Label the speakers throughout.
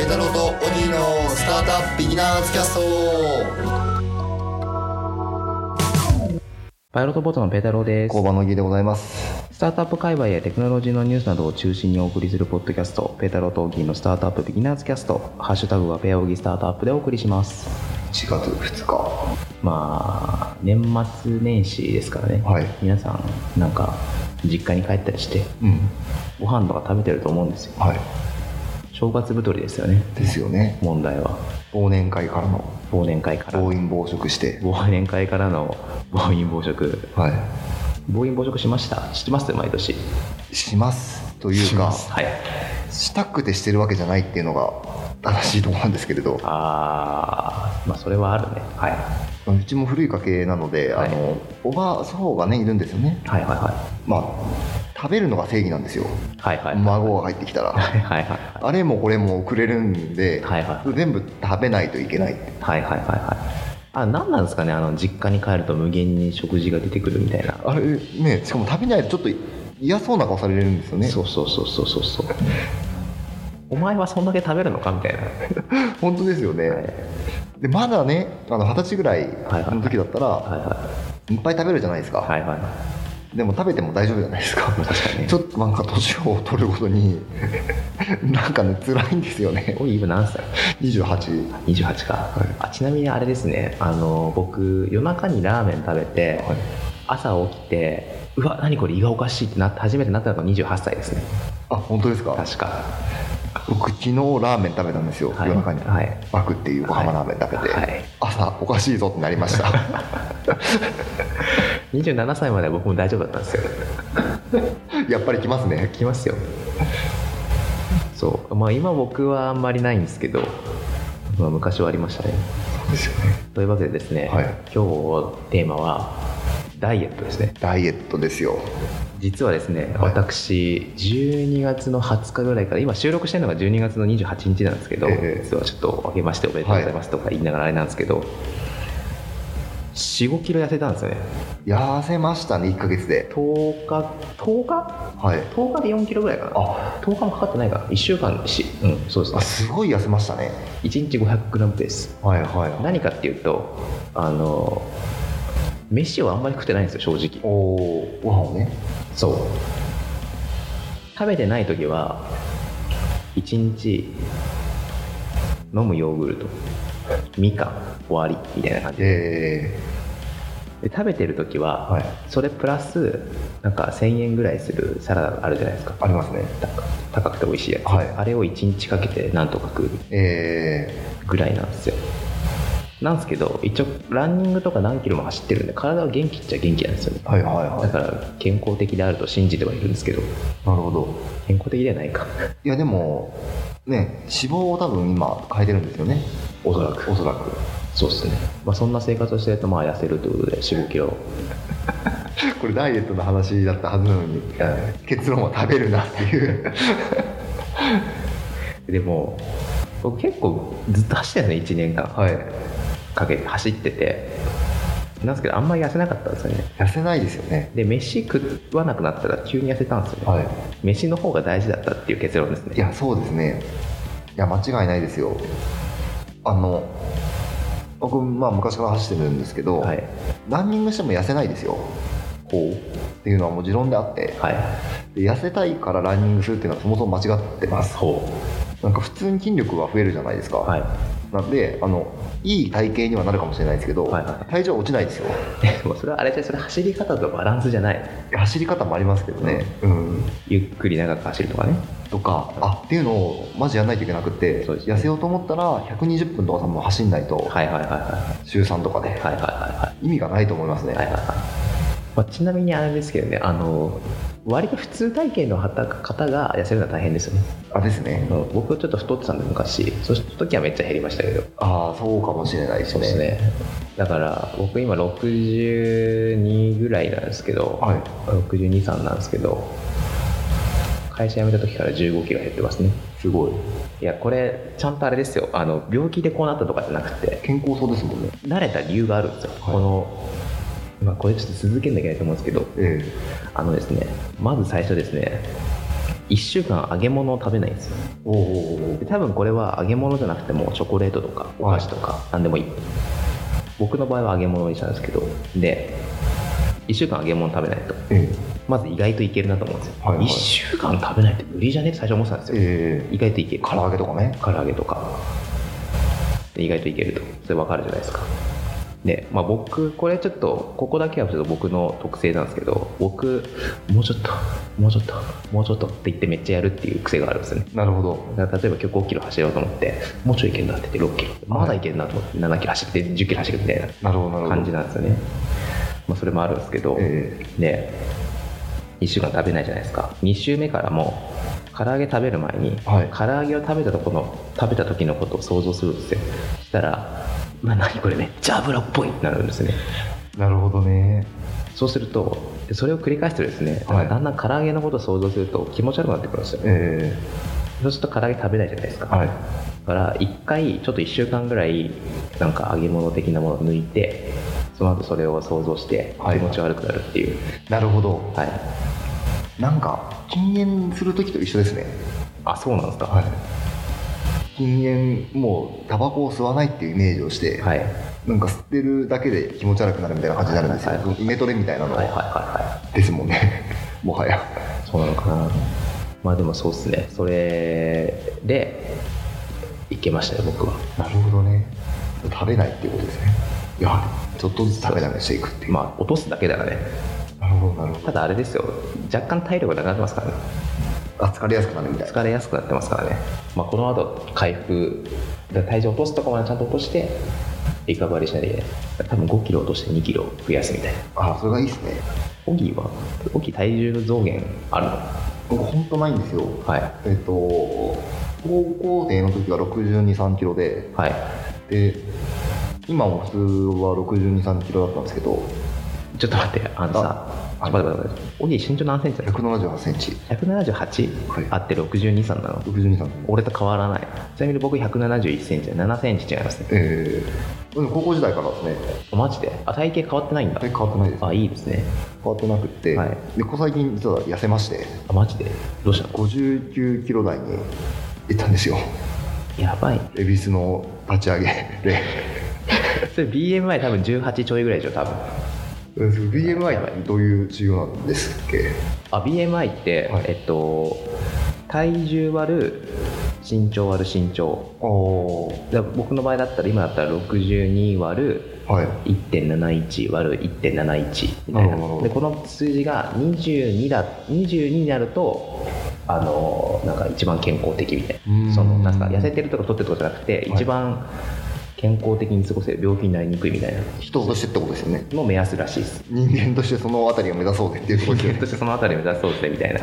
Speaker 1: イ太郎とオギーのスタートアップビギナーズキャスト
Speaker 2: パイロットボートのペータローです
Speaker 1: 工。場のオギーでございます
Speaker 2: スタートアップ界隈やテクノロジーのニュースなどを中心にお送りするポッドキャスト、ペータローとオギーのスタートアップビギナーズキャスト、ハッシュタグはペアオギスタートアップでお送りします。
Speaker 1: 4月2日は
Speaker 2: まあ、年末年始ですからね。
Speaker 1: い
Speaker 2: 皆さん、なんか、実家に帰ったりして、
Speaker 1: うん
Speaker 2: ご飯とか食べてると思うんですよ。
Speaker 1: はい
Speaker 2: 正月太りですよね、
Speaker 1: ですよね
Speaker 2: 問題は。
Speaker 1: 忘年会からの
Speaker 2: 忘年会から。
Speaker 1: 暴飲暴食して
Speaker 2: 忘年会からの暴飲暴食。
Speaker 1: は
Speaker 2: 暴飲暴食しましたしてます毎年。
Speaker 1: いしますという
Speaker 2: し
Speaker 1: か
Speaker 2: ますはい。
Speaker 1: したくてしてるわけじゃないっていうのが正しいところなんですけれど
Speaker 2: あー、まあそれはあるね。はい。
Speaker 1: うちも古い家系なので、
Speaker 2: はい
Speaker 1: あのおば祖母がねいるんですよね
Speaker 2: はいはいは
Speaker 1: まあ食べるのが正義なんですよ
Speaker 2: い。はいはい。
Speaker 1: 孫が入ってきたら
Speaker 2: はいはいはい。
Speaker 1: あれもこれもくれるんで、
Speaker 2: はいはい
Speaker 1: 全部食べないといけないって
Speaker 2: はいはいはいはい。あ、何なんですかね、あの、実家に帰ると無限に食事が出てくるみたいな。
Speaker 1: あれねしかも食べないとちょっと嫌そうな顔されるんですよね
Speaker 2: そうそうそうそうそうそう。お前はそんだけ食べるのかみたいな。
Speaker 1: 本当ですよね、
Speaker 2: はい
Speaker 1: でまだねあの二十歳ぐらい
Speaker 2: はいはい
Speaker 1: の時だったら、、
Speaker 2: はいはい
Speaker 1: っぱい食べるじゃないですか、
Speaker 2: い。はいはい。
Speaker 1: でも食べても大丈夫じゃないですか
Speaker 2: 確かにね
Speaker 1: ちょっとなんか年を取るごと になんかね辛いんですよね
Speaker 2: おい、今何歳
Speaker 1: 28
Speaker 2: ?28 か、
Speaker 1: はい
Speaker 2: あ。ちなみにあれですね、あの、僕、夜中にラーメン食べて、
Speaker 1: はい
Speaker 2: 朝起きて、うわ、何これ胃がおかしいってなって、初めてなったのが28歳ですね。
Speaker 1: あ本当ですか
Speaker 2: 確か。
Speaker 1: 僕昨日ラーメン食べたんですよ、
Speaker 2: はい
Speaker 1: 夜中に、
Speaker 2: はい
Speaker 1: バクっていう横浜ラーメン食べて、
Speaker 2: はいはい
Speaker 1: 朝おかしいぞってなりました
Speaker 2: 27歳までは僕も大丈夫だったんですよ。
Speaker 1: やっぱり来ますね
Speaker 2: 来ますよそうまあ今僕はあんまりないんですけど、まあ、昔はありましたねというわけでですね、
Speaker 1: はい
Speaker 2: 今日のテーマはダイエットですね
Speaker 1: ダイエットですよ
Speaker 2: 実はですね、
Speaker 1: はい
Speaker 2: 私12月の20日ぐらいから今収録してるのが12月の28日なんですけど、
Speaker 1: ええ
Speaker 2: 実はちょっと「あけましておめでとうございます」とか言いながらあれなんですけど、45キロ痩せたんですよね
Speaker 1: 痩せましたね1ヶ月で
Speaker 2: 10日10日
Speaker 1: はい
Speaker 2: 10日で4キロぐらいかな
Speaker 1: あ
Speaker 2: 10日もかかってないから1週間だし、うん、そうですね
Speaker 1: あすごい痩せましたね
Speaker 2: 1日 500g です
Speaker 1: はいはいはい
Speaker 2: 何かっていうとあの飯をあんまり食ってないんですよ正直
Speaker 1: おおご飯をね
Speaker 2: そう食べてない時は1日飲むヨーグルトみかん終わりみたいな感じで
Speaker 1: え
Speaker 2: で食べてる時
Speaker 1: ー、
Speaker 2: は、
Speaker 1: はい
Speaker 2: それプラスなんか1000円ぐらいするサラダあるじゃないですか
Speaker 1: ありますね
Speaker 2: なんか高くて美味しいやつ、
Speaker 1: はい
Speaker 2: あれを1日かけてなんとか食う
Speaker 1: え
Speaker 2: ぐらいなんですよなんですけど一応ランニングとか何キロも走ってるんで体は元気っちゃ元気なんですよね
Speaker 1: ー、はいはいは
Speaker 2: だ
Speaker 1: い
Speaker 2: から健康的であると信じてはいるんですけど
Speaker 1: なるほど
Speaker 2: 健康的ではないか
Speaker 1: いやでもね脂肪を多分今変えてるんですよね
Speaker 2: おそらく
Speaker 1: おそらく
Speaker 2: そうですね、まあ、そんな生活をしてるとまあ痩せるということで4 5キロ
Speaker 1: これダイエットの話だったはずなのに、結論は食べるなっていう
Speaker 2: でも僕結構ずっと走ってたんですね1年間、
Speaker 1: はい
Speaker 2: かけて走っててなんですけどあんまり痩せなかったんですよね
Speaker 1: 痩せないですよね
Speaker 2: で飯食わなくなったら急に痩せたんですよね、
Speaker 1: は
Speaker 2: 飯の方が大事だったっていう結論ですね
Speaker 1: いやそうですねいや間違いないですよあの僕まあ昔から走ってるんですけど、
Speaker 2: はい
Speaker 1: ランニングしても痩せないですよ
Speaker 2: ほ
Speaker 1: っていうのはもう持論であって
Speaker 2: うはい
Speaker 1: で痩せたいからランニングするっていうのはそもそも間違ってます
Speaker 2: ほ
Speaker 1: なんか普通に筋力が増えるじゃないですか、
Speaker 2: うはい
Speaker 1: なんであのいい体型にはなるかもしれないですけど、
Speaker 2: はいはい
Speaker 1: 体重は落ちないですよ
Speaker 2: でもそれはあれじゃそれ走り方とバランスじゃない
Speaker 1: 走り方もありますけどね、うん、
Speaker 2: ゆっくり長く走るとかね
Speaker 1: とかあっていうのをマジやらないといけなくて、
Speaker 2: そうですね
Speaker 1: 痩せようと思ったら120分とか多分走んないと、
Speaker 2: はいはいはいは
Speaker 1: 週3とかで、
Speaker 2: いはいはいは
Speaker 1: 意味がないと思いますね、
Speaker 2: いはいはいはいまあ、ちなみにあれですけどねあの割と普通体型の方方が痩せるのは大変ですよね、
Speaker 1: あですね、
Speaker 2: うん、僕ちょっと太ってたんで昔そした時はめっちゃ減りましたけど
Speaker 1: ああそうかもしれないです
Speaker 2: そう
Speaker 1: ね
Speaker 2: ですねだから僕今62ぐらいなんですけど、
Speaker 1: はい
Speaker 2: 623なんですけど会社辞めた時から1 5キロ減ってますね
Speaker 1: すごい
Speaker 2: いやこれちゃんとあれですよあの病気でこうなったとかじゃなくて
Speaker 1: 健康そうですもんね
Speaker 2: 慣れた理由があるんですよ、
Speaker 1: はい
Speaker 2: この、まあ、これちょっと続けなきゃいけないと思うんですけど
Speaker 1: え
Speaker 2: あのですねまず最初ですね1週間揚げ物を食べないんですよ
Speaker 1: おお
Speaker 2: で多分これは揚げ物じゃなくてもチョコレートとかお菓子とか何でもいい、僕の場合は揚げ物にしたんですけどで1週間揚げ物食べないと
Speaker 1: え
Speaker 2: まず意外といけるなと思うんですよ、
Speaker 1: はいはい
Speaker 2: 1週間食べないって無理じゃねって最初思ってたんです
Speaker 1: え
Speaker 2: よ、
Speaker 1: ええ
Speaker 2: 意外といける
Speaker 1: 唐揚げとかね
Speaker 2: 唐揚げとかで意外といけるとそれ分かるじゃないですかで、まあ、僕これちょっとここだけはちょっと僕の特性なんですけど僕もうちょっともうちょっともうちょっとって言ってめっちゃやるっていう癖があるんですよね
Speaker 1: なるほど
Speaker 2: だから例えば今日5キロ走ろうと思ってもうちょいいけるなって言って6キロまだいけるなと思って7キロ走って10キロ走るみたい
Speaker 1: なるほどなる
Speaker 2: な
Speaker 1: ほど
Speaker 2: 感じなんですよね、まあ、それもあるんですけど、
Speaker 1: ええ
Speaker 2: で1週間食べないじゃないですか2週目からも唐揚げ食べる前に、
Speaker 1: はい
Speaker 2: 唐揚げを食べたとこの食べた時のことを想像するんですよしたら「まあ、何これめっちゃ油っぽい」ってなるんですね
Speaker 1: なるほどね
Speaker 2: そうするとそれを繰り返してですねだか
Speaker 1: はい
Speaker 2: らだんだん唐揚げのことを想像すると気持ち悪くなってくるんですよ、
Speaker 1: え
Speaker 2: そうすると唐揚げ食べないじゃないですか、
Speaker 1: えはい
Speaker 2: だから1回ちょっと1週間ぐらいなんか揚げ物的なものを抜いてその後それを想像して
Speaker 1: は
Speaker 2: 気
Speaker 1: い
Speaker 2: 持ち悪くなるっていう、
Speaker 1: なるほど
Speaker 2: はい
Speaker 1: なんか禁煙する時と一緒ですね
Speaker 2: あそうなんですか
Speaker 1: はい禁煙もうタバコを吸わないっていうイメージをして、
Speaker 2: はい、はい
Speaker 1: なんか吸ってるだけで気持ち悪くなるみたいな感じになるんですよ、
Speaker 2: はいはいはい
Speaker 1: イメトレみたいなの
Speaker 2: はいはいは
Speaker 1: ですもんね もはや
Speaker 2: いそうなのかなまあでもそうっすねそれでいけましたね僕は
Speaker 1: なるほどね食べないっていうことですねいやちょっとずつ食べないようにしていくっていう
Speaker 2: まあ落とすだけだらね
Speaker 1: なるほどなるほど
Speaker 2: ただあれですよ若干体力がなくなってますからね
Speaker 1: あ疲れやすくなるみたいな
Speaker 2: 疲れやすくなってますからね、まあ、この後回復だから体重落とすとかまでちゃんと落としてリカバリーしないといけない多分5キロ落として2キロ増やすみたいな
Speaker 1: あそれがいいですね
Speaker 2: オギーはオギー体重増減ある
Speaker 1: 僕ほんとないんですよ
Speaker 2: のはい
Speaker 1: えっと高校生の時は6 2 3キロで
Speaker 2: はい
Speaker 1: で今も普通は6 2 3キロだったんですけど
Speaker 2: ちょっと待ってあのさ
Speaker 1: あ
Speaker 2: ちょっと待って待って待ってオギー身長何センチだっ
Speaker 1: 1 7 8センチ
Speaker 2: け178、
Speaker 1: はい
Speaker 2: あって623なの
Speaker 1: 6 2 3
Speaker 2: 俺と変わらないちなみに僕1 7 1ンチで7センチ違いますね
Speaker 1: ええでも高校時代からですね
Speaker 2: マジであ体型変わってないんだ
Speaker 1: 変わってないです
Speaker 2: あいいですね
Speaker 1: 変わってなくって、
Speaker 2: はい
Speaker 1: でここ最近実は痩せまして
Speaker 2: あマジでどうしたの
Speaker 1: 59キロ台に行ったんですよ
Speaker 2: やばい
Speaker 1: 恵比寿の立ち上げで
Speaker 2: それ BMI 多分18ちょいぐらいでしょ多分
Speaker 1: BMI ってどういう治療なんですっけ
Speaker 2: あ BMI って、
Speaker 1: はい
Speaker 2: えっと体重割る身長割る身長
Speaker 1: お
Speaker 2: だ僕の場合だったら今だったら62割る
Speaker 1: はい
Speaker 2: 1.71割る1.71みたい
Speaker 1: なるほどなるほ
Speaker 2: な
Speaker 1: ど
Speaker 2: でこの数字が22だ22になるとあのなんか一番健康的みたいう
Speaker 1: ーん
Speaker 2: なそのなんか痩せてるとか太ってるとかじゃなくて
Speaker 1: はい
Speaker 2: 一番健康的に過ごせる病気になりにくいみたいな
Speaker 1: 人としてってことですよね
Speaker 2: の目安らしいです
Speaker 1: 人間としてそのあたりを目指そうぜっていうことです
Speaker 2: 人
Speaker 1: よ
Speaker 2: 間
Speaker 1: ね
Speaker 2: としてその辺りを目指そうぜみたいな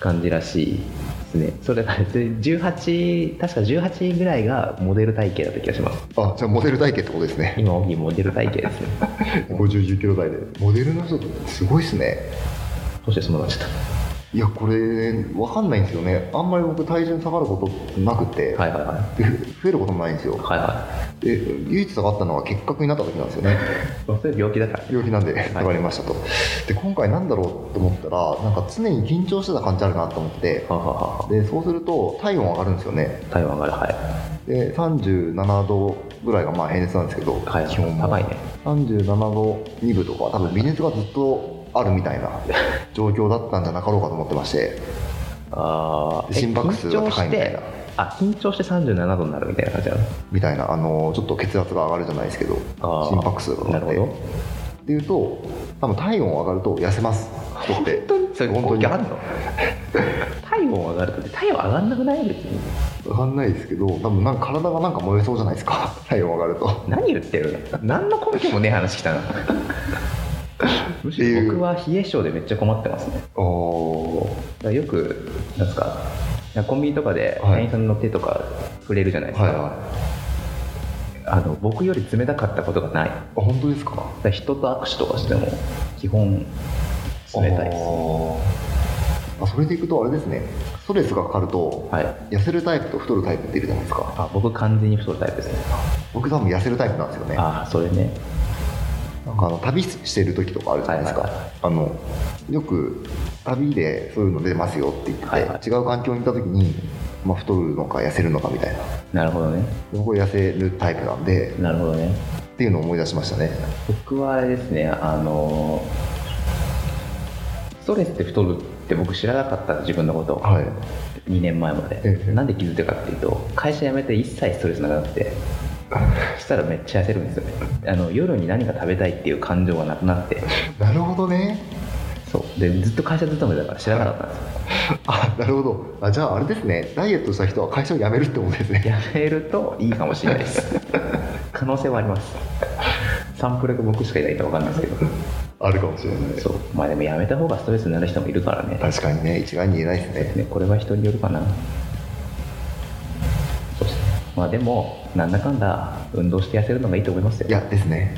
Speaker 2: 感じらしいですねそれで18確か18ぐらいがモデル体型だった気がします
Speaker 1: あじゃあモデル体型ってことです ね
Speaker 2: 今大きいモデル体型ですね
Speaker 1: 59キロ台でモデルの人ってすごいですね
Speaker 2: どうしてそうなっちゃっ
Speaker 1: いやこれわかんないんですよねあんまり僕体重に下がることってなくて、
Speaker 2: たはいはいはい
Speaker 1: で増えることもないんですよ
Speaker 2: はいは
Speaker 1: で唯一下がったのは結核になった時なんですよね
Speaker 2: いまあそれ病気だから
Speaker 1: 病気なんで下がりましたと、で今回なんだろうと思ったらなんか常に緊張してた感じあるなと思って
Speaker 2: はあはあはあ
Speaker 1: でそうすると体温上がるんですよね
Speaker 2: 体温上がるは
Speaker 1: で37度ぐらいがまあ平熱なんですけど、
Speaker 2: いはい
Speaker 1: 基本も
Speaker 2: 高いね
Speaker 1: 37度2分とか多分微熱がずっとあるみたい な状況だったんじゃなかろうかと思ってまして
Speaker 2: あーえ
Speaker 1: 心拍数が高いみたいな
Speaker 2: 緊張してあ緊張して37度になるみたいな感じなの
Speaker 1: みたいなあのちょっと血圧が上がるじゃないですけど
Speaker 2: あー
Speaker 1: 心拍数が上が
Speaker 2: な
Speaker 1: っ
Speaker 2: る
Speaker 1: て
Speaker 2: ほど
Speaker 1: っていうと多分体温上がると痩せます人って
Speaker 2: それ
Speaker 1: 本当
Speaker 2: 根
Speaker 1: に
Speaker 2: 拠あんの 体温上がるとって体温上がんなくない別に
Speaker 1: わかんないですけど多分なんか体がなんか燃えそうじゃないですか 体温上がると
Speaker 2: 何言ってるの何の根拠もねえ話き たなむしろ僕は冷え性でめっちゃ困ってますね
Speaker 1: おお
Speaker 2: だからよくなんですかコンビニとかで
Speaker 1: はい
Speaker 2: 店員さんの手とか触れるじゃないですか、
Speaker 1: はいはい
Speaker 2: あの僕より冷たかったことがないだか
Speaker 1: あ本当ですか
Speaker 2: ら人と握手とかしても基本冷たいで
Speaker 1: あ
Speaker 2: す
Speaker 1: ーあそれでいくとあれですねストレスがかかると、
Speaker 2: はい
Speaker 1: 痩せるタイプと太るタイプっているじゃないですか
Speaker 2: あ僕完全に太るタイプですね
Speaker 1: 僕多分痩せるタイプなんですよね
Speaker 2: ああそれね
Speaker 1: なんかあの旅してる時とかあるじゃないですか、
Speaker 2: はいはいはい
Speaker 1: あのよく旅でそういうの出ますよって言ってて、
Speaker 2: はいはい
Speaker 1: 違う環境にいた時に、まあ、太るのか痩せるのかみたいな
Speaker 2: なるほどね
Speaker 1: 僕痩せるタイプなんで
Speaker 2: なるほどね
Speaker 1: っていうのを思い出しましたね
Speaker 2: 僕はあれですねあのストレスで太るって僕知らなかったんです自分のことを
Speaker 1: はい
Speaker 2: 2年前ま
Speaker 1: え
Speaker 2: で
Speaker 1: え
Speaker 2: なんで気づいたかっていうと会社辞めて一切ストレスなくなってそしたらめっちゃ痩せるんですよねあの夜に何か食べたいっていう感情がなくなって
Speaker 1: なるほどね
Speaker 2: そうでずっと会社勤めだから知らなかったんですよ
Speaker 1: あなるほどあじゃああれですねダイエットした人は会社を辞めるってことですね
Speaker 2: やめるといいかもしれないです 可能性はありますサンプルが僕しかいないと分かんないですけど
Speaker 1: あるかもしれない
Speaker 2: そうまあでもやめた方がストレスになる人もいるからね
Speaker 1: 確かにね一概に言えないですね
Speaker 2: ねこれは人によるかなそうですねまあでもなんだかんだ運動して痩せるのがいいと思いますよ
Speaker 1: いやですね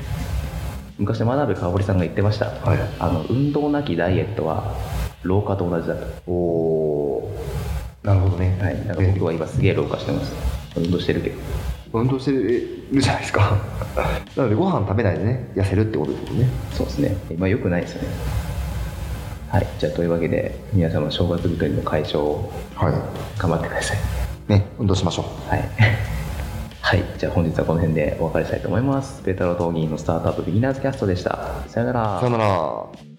Speaker 2: 昔真鍋かおりさんが言ってました、
Speaker 1: はい
Speaker 2: あの運動なきダイエットは老化と同じだと
Speaker 1: おおーなるほどね、
Speaker 2: はいだから僕は今すげえ老化してます運動してるけど
Speaker 1: 運動してるじゃないですか なのでご飯食べないでね痩せるってことですよね
Speaker 2: そうですね今良くないですよねはいじゃあというわけで皆様正月太りの解消を
Speaker 1: は
Speaker 2: 頑張ってください
Speaker 1: いね運動しましょう
Speaker 2: はい はいじゃあ本日はこの辺でお別れしたいと思いますペータロー・トーギーのスタートアップビギナーズキャストでしたさよなら
Speaker 1: さよなら